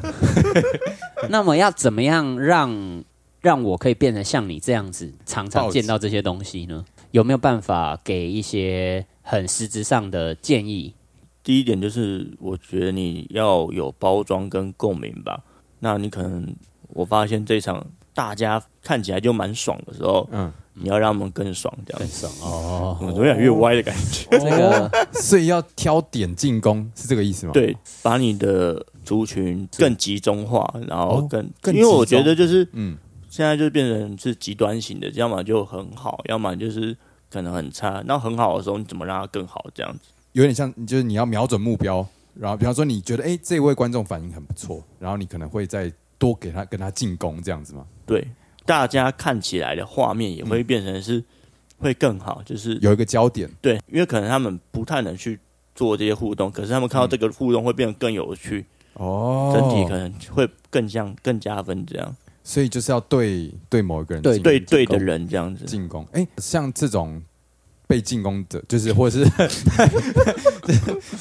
那么要怎么样让让我可以变成像你这样子，常常
暴击
见到这些东西呢？有没有办法给一些很实质上的建议？
第一点就是，我觉得你要有包装跟共鸣吧。那你可能我发现这场大家看起来就蛮爽的时候，
嗯
嗯，你要让他们更爽，这样子，
爽哦，
我越来越歪的感觉。
这个
所以要挑点进攻，是这个意思吗？，
对，把你的族群更集中化，然后
哦
更，
更
因为我
集中
觉得就是
嗯，
现在就变成是极端型的，要么就很好，要么就是可能很差。那很好的时候，你怎么让它更好？这样子，
有点像，就是你要瞄准目标，然后比方说你觉得哎、诶这位观众反应很不错，然后你可能会再多给他跟他进攻这样子吗？
对，大家看起来的画面也
嗯
会变成是会更好，就是
有一个焦点，
对，因为可能他们不太能去做这些互动，可是他们看到这个互动会变得更有趣，
哦
整体可能会更像更加分这样。
所以就是要对对某一嗯个人
对
进
对对
进
的
攻
人这样子，
进攻。哎、像这种被进攻者，就是或者是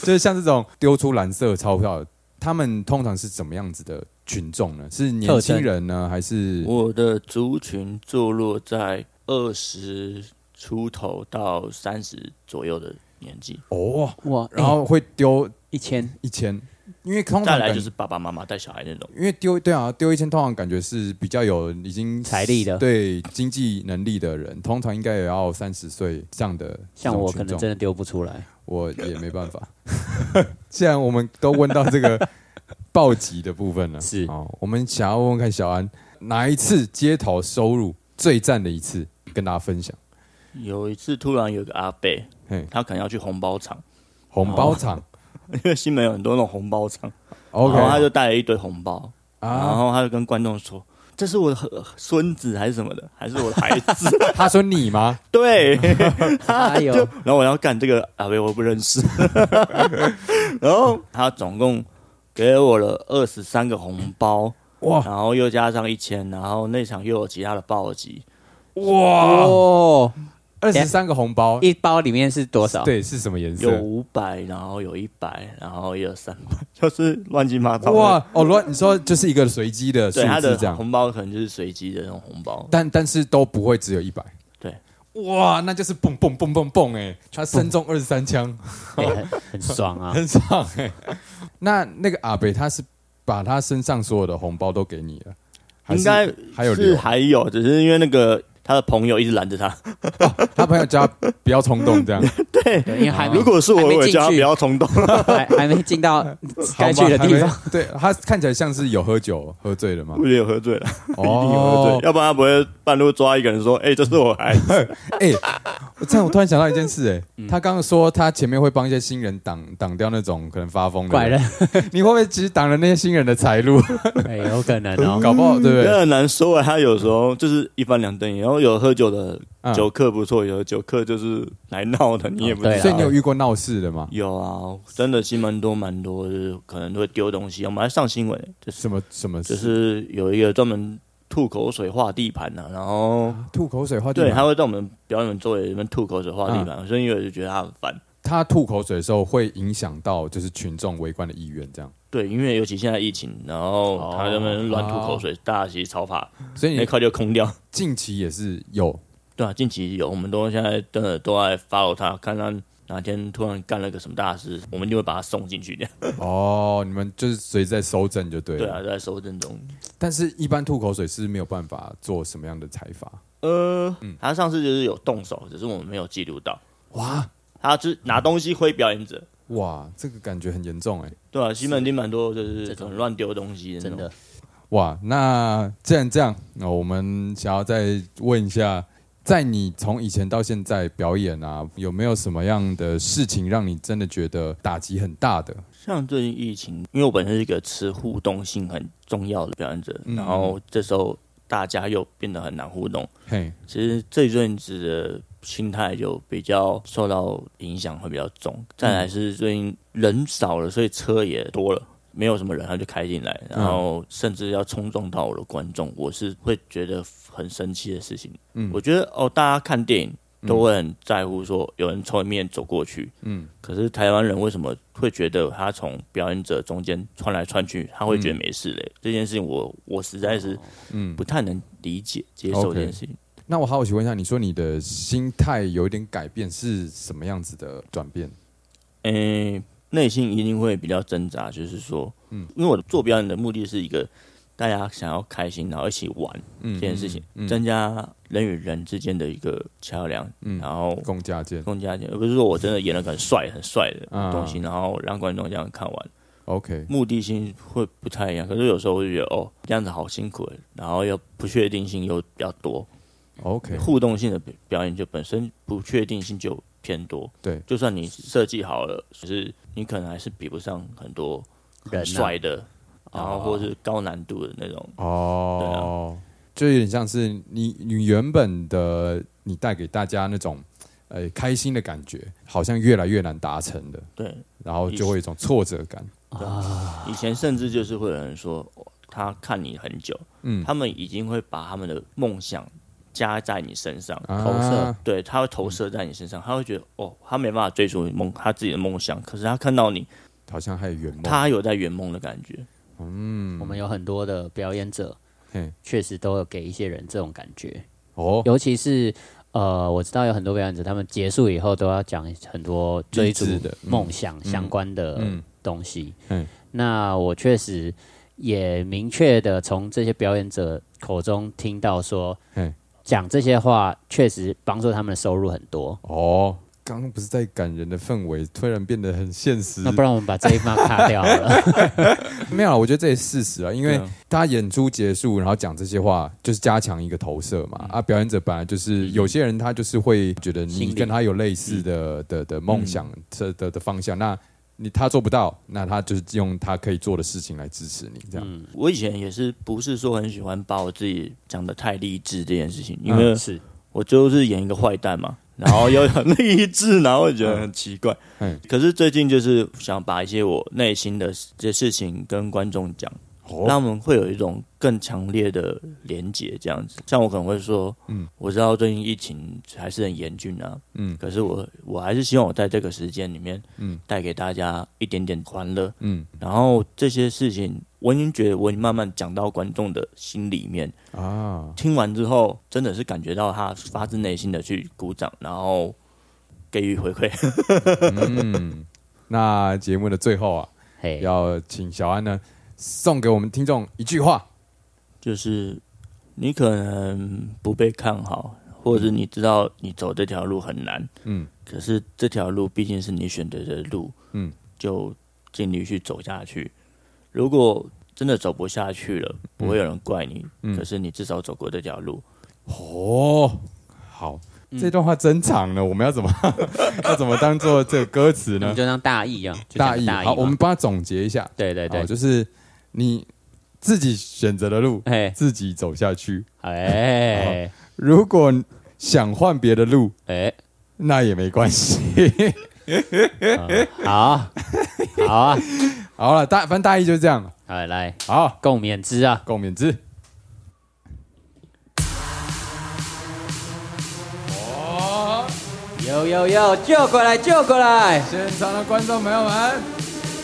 就是像这种丢出蓝色钞票，他们通常是怎么样子的群众呢？是年轻人呢，还是
我的族群坐落在二十出头到三十左右的年纪，
哦？
哇，
然后会丢
一千
一千，因为通常
再来
感
就是爸爸妈妈带小孩那种。
因为丢对啊，丢一千通常感觉是比较有已经
财力的
对经济能力的人，通常应该也要三十岁这样的这
像
种
我
群
可能
众
真的丢不出 来。
我也没办法。 既然我们都问到这个暴击的部分了，
是
哦，我们想要问问看小安哪一次街头收入最赞的一次，跟大家分享。
有一次突然有个阿伯
嘿，
他可能要去红包场，
红包场、
因为西门有很多那种红包场，
o
哦
然
k
后他就带了一堆红包，然
啊，
后他就跟观众说：“这是我的呃孙子还是什么的，还是我的孩子
他说你吗？？”
对，
哎呦，
然后我要干这个阿伯我不认 识，然后他总共给我了二十三个红包，
哇
然后又加上一千，然后那场又有其他的暴击，
哇，
哦，
二十三个红包，
一包里面是多少？
对，是什么颜
有
色？
五百，然后有一百，然后也有三百， 就是乱七八糟的。
哇哦，乱你说就是一个随机的数
对，他
字这
的
样，
红包可能就是随机的那种红包，
但但是都不会只有一百。
对，
哇，那就是蹦蹦蹦蹦蹦哎，他身中二十三枪。
哎很很爽啊！
很爽哎、那那个阿北他是把他身上所有的红包都给你了，还是
应该
还有
是
留？啊
还有，只是因为那个他的朋友一直拦着他。
他朋友叫他不要冲动这样。
对，因为还没
如果是我，
还没
我也
进
叫他
去
不要冲动。
还还没进 到
好
该
吗
去的地。方，
还没对他看起来像是有喝酒喝醉了吗
我？觉得 有喝醉了，一定有喝
哦
醉，，要不然他不会半路抓一个人说：“哎，这是 我孩子。
哎、我这样我突然想到一件事、哎、他刚刚说他前面会帮一些新人挡挡掉那种可能发疯的
怪人，
你会不会其实挡了那些新人的财 路？
哎，有可能哦。
搞不好对不”对？
那很难说啊，他有时候就是一翻两瞪眼，然后有喝酒的
嗯
酒客不错，有的酒客就是来闹的，你也不知道。
对啊
所以你有遇过闹事的吗？
有啊，真的新闻多蛮多，就是可能会丢东西，我们还上新闻，就是
什么什么事？
就是有一个专门吐口水画地盘的、然后
吐口水话
对他会在我们表演周围那边吐口水画地
啊
板，所以我就觉得他很烦。
他吐口水的时候会影响到就是群众围观的意愿，这样。
对，因为尤其现在疫情，然后他在那边乱吐口
哦
水，大家其实超怕，
所以
那
你
块就空掉。
近期也是有
对啊，近期有我们都现在真的都在 follow 他，看他哪天突然干了个什么大事，我们就会把他送进去的。
哦，你们就是随时在收证就对了。
对啊，在收证中。
但是，一般吐口水是没有办法做什么样的采罚。
呃，他上次就是有动手，只是我们没有记录到。
哇
他就是拿东西挥表演者，
哇，这个感觉很严重哎、
对啊，西门町蛮多就是
这种
很乱丢东西的那
真
种
的。
哇，那既然这样，那我们想要再问一下，在你从以前到现在表演啊，有没有什么样的事情让你真的觉得打击很大的？
像最近疫情，因为我本身是一个吃互动性很重要的表演者，然后这时候大家又变得很难互动，
嘿，
其实这一阵子的心态就比较受到影响，会比较重。再来是最近人少了，所以车也多了。没有什么人，他就开进来，然后甚至要冲撞到我的观众，我是会觉得很生气的事情。
嗯
我觉得哦，大家看电影都会很在乎说有人从里面走过去，
嗯
嗯，可是台湾人为什么会觉得他从表演者中间穿来穿去，他会觉得没事嘞？这件事情我我实在是
嗯，
不太能理解接受这件事情。
那我好奇问一下，你说你的心态有一点改变，是什么样子的转变？
诶、内心一定会比较挣扎，就是说，嗯，因为我做表演的目的是一个大家想要开心，然后一起玩
嗯
这件事情，增加人与人之间的一个桥梁，
嗯
然后
共价见
更加，呃而不是说我真的演了个很帅、很帅的
啊
东西，然后让观众这样看完，
，OK，
目的性会不太一样。可是有时候我就觉得，哦，这样子好辛苦，然后又不确定性又比较多，
OK，
互动性的表表演就本身不确定性就偏多。
对
就算你设计好了，只是你可能还是比不上很多
人啊
很帅
嗯
的，然后或是高难度的那种。
哦，就有点像是你你原本的你带给大家那种呃开心的感觉，好像越来越难达成的，
对，
然后就会有一种挫折感。
以前甚至就是会有人说，哦他看你很久，
嗯，
他们已经会把他们的梦想加在你身上。
啊
投射
对，他会投射在你身上，他会觉得哦，他没办法追逐梦他自己的梦想，可是他看到你，
好像还有圆梦。
他有在圆梦的感觉。
我们有很多的表演者
嘿，
确实都有给一些人这种感觉，
哦，
尤其是呃，我知道有很多表演者，他们结束以后都要讲很多追逐
励志的嗯
梦想相关的
嗯
东西。
嗯
那我确实也明确的从这些表演者口中听到说
嘿，
讲这些话确实帮助他们的收入很多。
哦，刚刚不是在感人的氛围，突然变得很现实
啊那。不然我们把这一趴卡掉好 了。
没有啦，我觉得这也是事实啊，因为
对啊
大家演出结束，然后讲这些话，就是加强一个投射嘛。
嗯
啊，表演者本来就是有些人他就是会觉得
嗯心
你
理嗯
跟他有类似的的的梦想这的的方向，那你他做不到，那他就是用他可以做的事情来支持你，这样。
嗯
我以前也是不是说很喜欢把我自己讲的太励志这件事情，因为
是
我就是演一个坏蛋嘛，然后又很励志，然后我觉得很奇怪
嗯。
可是最近就是想把一些我内心的这些事情跟观众讲，让
哦，
他们会有一种更强烈的连结，这样子。像我可能会说，嗯，我知道最近疫情还是很严峻啊，
嗯
嗯，可是我我还是希望我在这个时间里面，
嗯
嗯，带给大家一点点欢乐，
嗯
然后这些事情，我已经觉得我已经慢慢讲到观众的心里面。
啊，
听完之后，真的是感觉到他发自内心的去鼓掌，然后给予回馈。
那节目的最后啊，
嘿，
要请小安呢送给我们听众一句话，
就是你可能不被看好，或者是你知道你走这条路很难，
嗯，
可是这条路毕竟是你选择的路，
嗯，
就尽力去走下去。如果真的走不下去了，
嗯
不会有人怪你，可是你至少走过这条路。
哦，好，这段话真长呢，我们要怎么 要怎么当做这个歌词
我
呢
们？就当大意啊，就讲
大意，
大意
好，
嘛
我们帮他总结一下。
对对
好
对，
就是你自己选择的路，
哎
自己走下去。
哎
如果想换别的路，
哎，
那也没关系。
好好啊，
好了，大反正大意就是这样。
好来
好，
共勉之啊。
共勉之。
有有有，救过来，救过来！
现场的观众朋友们，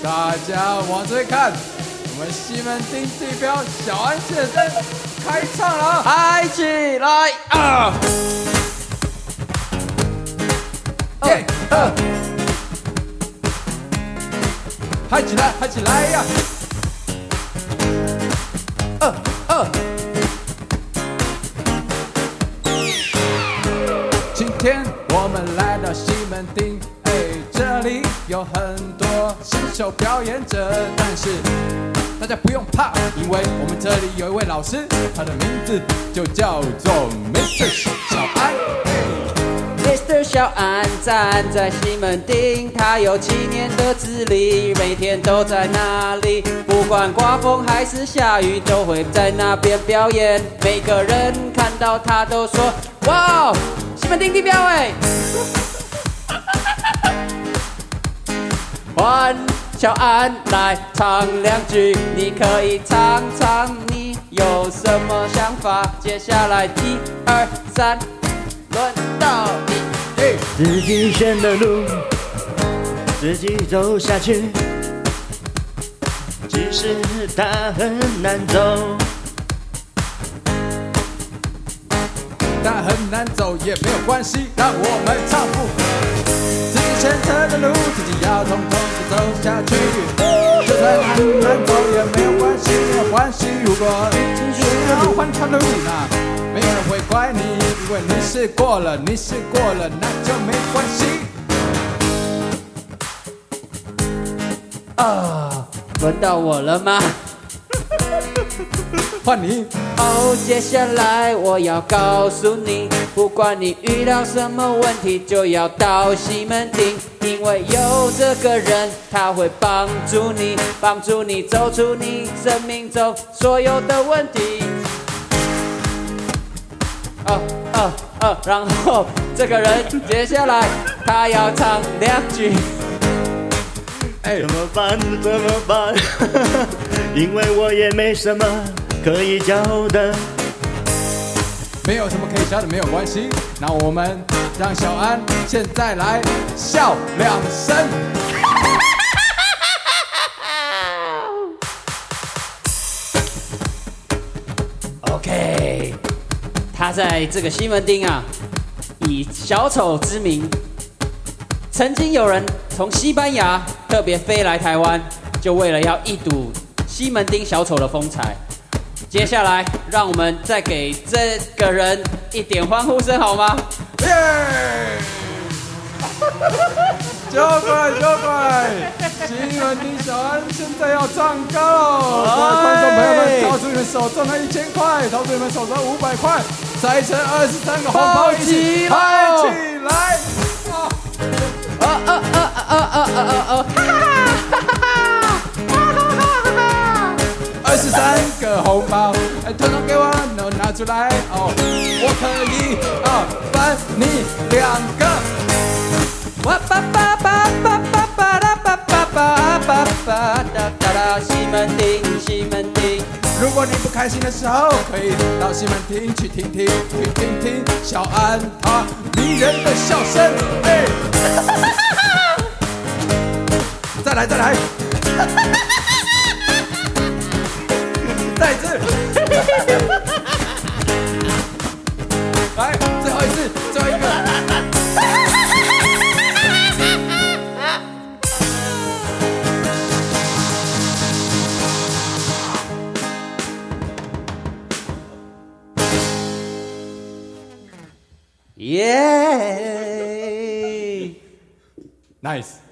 大家往这边看，我们西门町地标小安健身开唱了啊。
嗨起来啊！
哎呃耶！二嗨起来，嗨起来呀！今天我们来到西门町，哎，这里有很多新手表演者，但是大家不用怕，因为我们这里有一位老师，他的名字就叫做 Mr. 小安。哎
Mr. 小安站在西门町，他有七年的资历，每天都在那里，不管刮风还是下雨，都会在那边表演。每个人看到他都说：“哇，西门町地标哎！”欢小安来唱两句，你可以唱唱你有什么想法。接下来一二三，轮到你。
自己选的路，自己走下去。即使它很难走，
但很难走也没有关系，让我们唱副歌。自己选择的路，自己要统统的走下去。就算很难走也没有关系，没有关系。如果你继续要换条路，那没有人会怪你，因为你试过了，你试过了，那就没关系。
轮到我了吗？
换你，
哦，接下来我要告诉你，不管你遇到什么问题，就要到西门町，因为有这个人，他会帮助你，帮助你走出你生命中所有的问题。哦哦哦，然后这个人接下来他要唱两句。
怎么办？怎么办？因为我也没什么可以教的。
没有什么可以笑的，没有关系。那我们让小安现在来笑两声。
OK，他在这个西门町啊，以小丑之名，曾经有人从西班牙特别飞来台湾，就为了要一睹西门町小丑的风采。接下来，让我们再给这个人一点欢呼声好吗？
耶！ 小鬼，小鬼，新闻的小安现在要唱歌喽！各位观众朋友们，掏出你们手中的一千块，掏出你们手中五百块，塞成二十三个红包，一起嗨起来！二十三个红包，哎，统统给我都拿出来哦！我可以啊，分你两个。
哇吧吧吧吧吧吧啦吧吧吧吧吧哒哒哒，西门町，西门町。
如果你不开心的时候，可以到西门町去听听，去听听小安他迷人的笑声。哎， 再来再来， 再一次， 来最后一次，最后一
耶！
个。Nice，